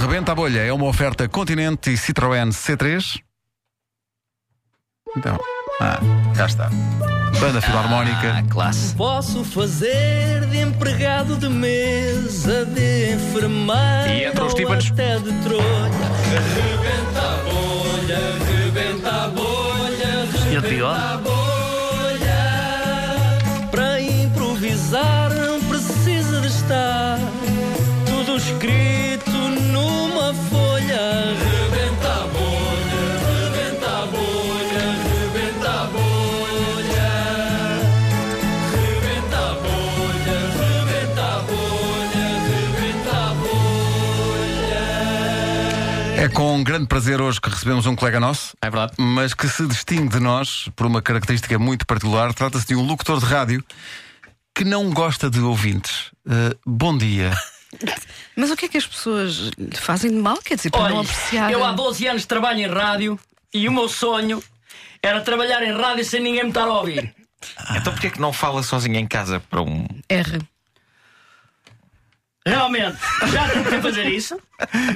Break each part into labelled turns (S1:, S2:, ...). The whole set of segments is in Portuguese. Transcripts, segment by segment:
S1: Rebenta a bolha é uma oferta Continente e Citroën C3. Então, ah, cá está. Banda Filarmónica.
S2: Ah, classe.
S3: Posso fazer de empregado de mesa, de enfermeiro
S2: E entre os
S3: ou
S2: tímpanos.
S3: até de trolha.
S2: E o pior?
S3: Para improvisar não precisa de estar tudo escrito numa folha. Rebenta a bolha, rebenta a bolha, rebenta a bolha. Rebenta a bolha, rebenta a bolha, rebenta a bolha.
S1: É com grande prazer hoje que recebemos um colega nosso,
S2: É verdade.
S1: mas que se distingue de nós por uma característica muito particular. Trata-se de um locutor de rádio que não gosta de ouvintes. Eh, bom dia.
S4: Mas o que é que as pessoas lhe fazem de mal? Quer dizer, para não
S3: Olha,
S4: apreciar.
S3: eu há 12 anos trabalho em rádio e o meu sonho era trabalhar em rádio sem ninguém me estar a ouvir.
S5: Então porquê é que não fala sozinho em casa para um.
S4: R.
S3: Realmente, já tentei fazer isso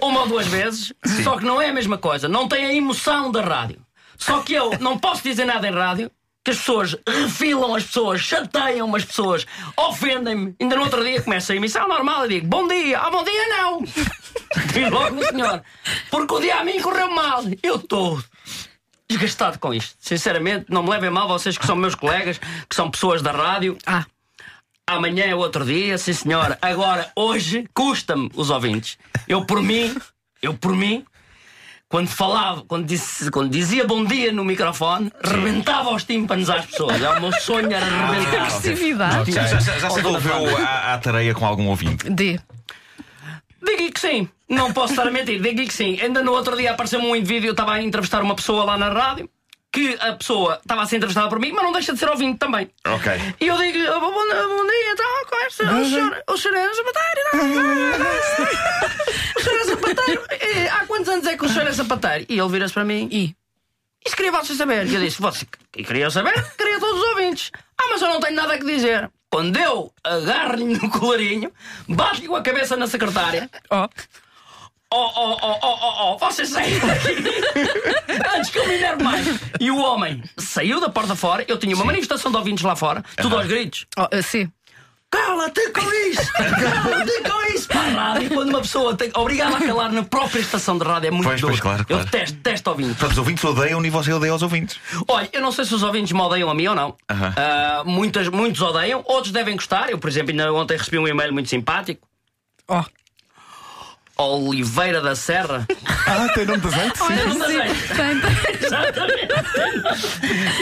S3: uma ou duas vezes, só que não é a mesma coisa. Não tem a emoção da rádio. Só que eu não posso dizer nada em rádio. Que as pessoas refilam as pessoas, chateiam as pessoas, ofendem-me. Ainda no outro dia começa a emissão normal e digo: Bom dia, ah, bom dia não! Digo logo, "Não, senhor, porque o dia a mim correu mal. Eu estou desgastado com isto. Sinceramente, não me levem mal vocês que são meus colegas, que são pessoas da rádio.
S4: Ah,
S3: Amanhã é outro dia, sim senhora. Agora, hoje, custa-me os ouvintes. Eu por mim, eu por mim, quando falava, quando, disse- quando dizia bom dia no microfone, rebentava os tímpanos às pessoas. É, O meu sonho era rebentar.
S4: agressividade.
S5: Já, já- já se
S3: Oh, dona
S5: envolveu à, à tareia com algum ouvinte?
S4: Ah, D.
S3: Digo-lhe que sim, não posso estar a mentir, digo-lhe que sim. Ainda no outro dia apareceu-me um indivíduo, eu estava a entrevistar uma pessoa lá na rádio, que a pessoa estava a ser entrevistada por mim, mas não deixa de ser ouvinte também.
S5: Ok.
S3: E eu digo-lhe, "Oh, bom, bom dia, então, conversa, o senhor, o senhor é sapateiro, não? O senhor é sapateiro, Eh, há quantos anos é que o senhor é sapateiro? E ele vira-se para mim,
S4: I.
S3: isso queria vocês saber. E eu disse, você que queria eu saber? Queria todos os ouvintes. Ah, mas eu não tenho nada a que dizer. Quando eu agarro-lhe no colarinho, bato-lhe com a cabeça na secretária,
S4: O.
S3: Oh, oh, oh, oh, oh, oh, vocês saem daqui antes que eu me enerve mais. E o homem saiu da porta fora, eu tinha uma manifestação de ouvintes lá fora, tudo aos gritos.
S4: O. eh, C.
S3: Cala-te com isso! Cala-te com isso! Para a rádio, quando uma pessoa tem obrigada a calar na própria estação de rádio é muito
S5: Pois,
S3: duro.
S5: pois, claro, claro.
S3: Eu detesto, detesto ouvintes.
S5: Portanto, os ouvintes um odeiam e você odeia aos ouvintes.
S3: Olha, eu não sei se os ouvintes me odeiam a mim ou não.
S5: Aham.
S3: Ah, muitas, muitos odeiam, outros devem gostar. Eu, por exemplo, ainda ontem recebi um e-mail muito simpático.
S4: O.
S3: Oliveira da Serra.
S1: Ah, tem nome de azeite?
S3: Eu não é sei.
S4: Tem, tem.
S3: Exatamente.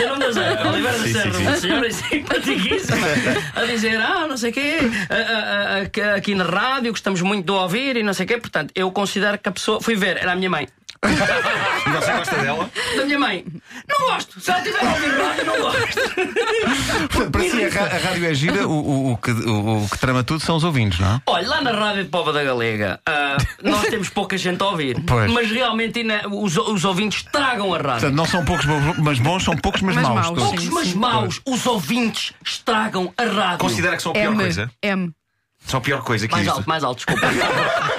S3: Eu não sei. Oliveira da
S5: Ah, Sim,
S3: Serra, um
S5: sim,
S3: uma senhora simpaticíssima, a dizer, ah, não sei o quê, a- a- a- que aqui na rádio gostamos muito de ouvir e não sei o quê. Portanto, eu considero que a pessoa. Fui ver, era a minha mãe.
S5: E você gosta dela?
S3: Da minha mãe. Não gosto. Se ela tiver a ouvir rádio, não gosto.
S1: Para si, a, ra- a rádio é gira, o, o- o que, o- o que trama tudo são os ouvintes, não é?
S3: Olha, lá na Rádio de Pova da Galega, ah, nós temos pouca gente a ouvir.
S1: Pois.
S3: Mas realmente ainda- os, os ouvintes tragam a rádio.
S1: Portanto, não são poucos bo- mas bons, são poucos mas,
S4: Mas
S1: maus.
S4: maus,
S1: todos.
S3: Poucos,
S4: Sim,
S3: mas
S4: sim.
S3: maus. Os ouvintes estragam a rádio.
S5: Considera que são a pior
S4: M.
S5: coisa?
S4: M.
S5: São a pior coisa que
S3: É Mais
S5: existe.
S3: alto, mais alto, desculpa.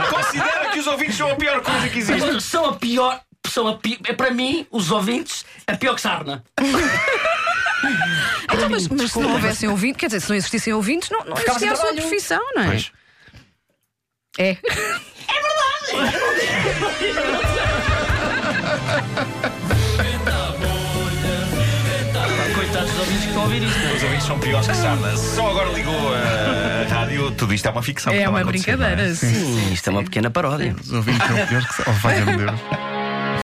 S5: Considera que os ouvintes são a pior coisa que existe.
S3: Mas são a pior. São a pi... é para mim, os ouvintes, a pior que sarna.
S4: Então, mas, mas se não houvessem ouvintes, quer dizer, se não existissem ouvintes, não, não
S3: Ficava sem
S4: existia a sua
S3: trabalho.
S4: profissão, não é?
S5: Pois.
S4: É.
S3: Coitados dos ouvintes que estão a ouvir isto. é?
S5: Os ouvintes são piores que Sana. Só agora ligou a a rádio. Tudo isto é uma ficção.
S4: É
S5: Também
S4: uma
S5: aconteceu, não é?
S4: brincadeira. Sim.
S3: Isto é uma pequena paródia.
S1: Os ouvintes são piores que são. Oh, valha-me Deus.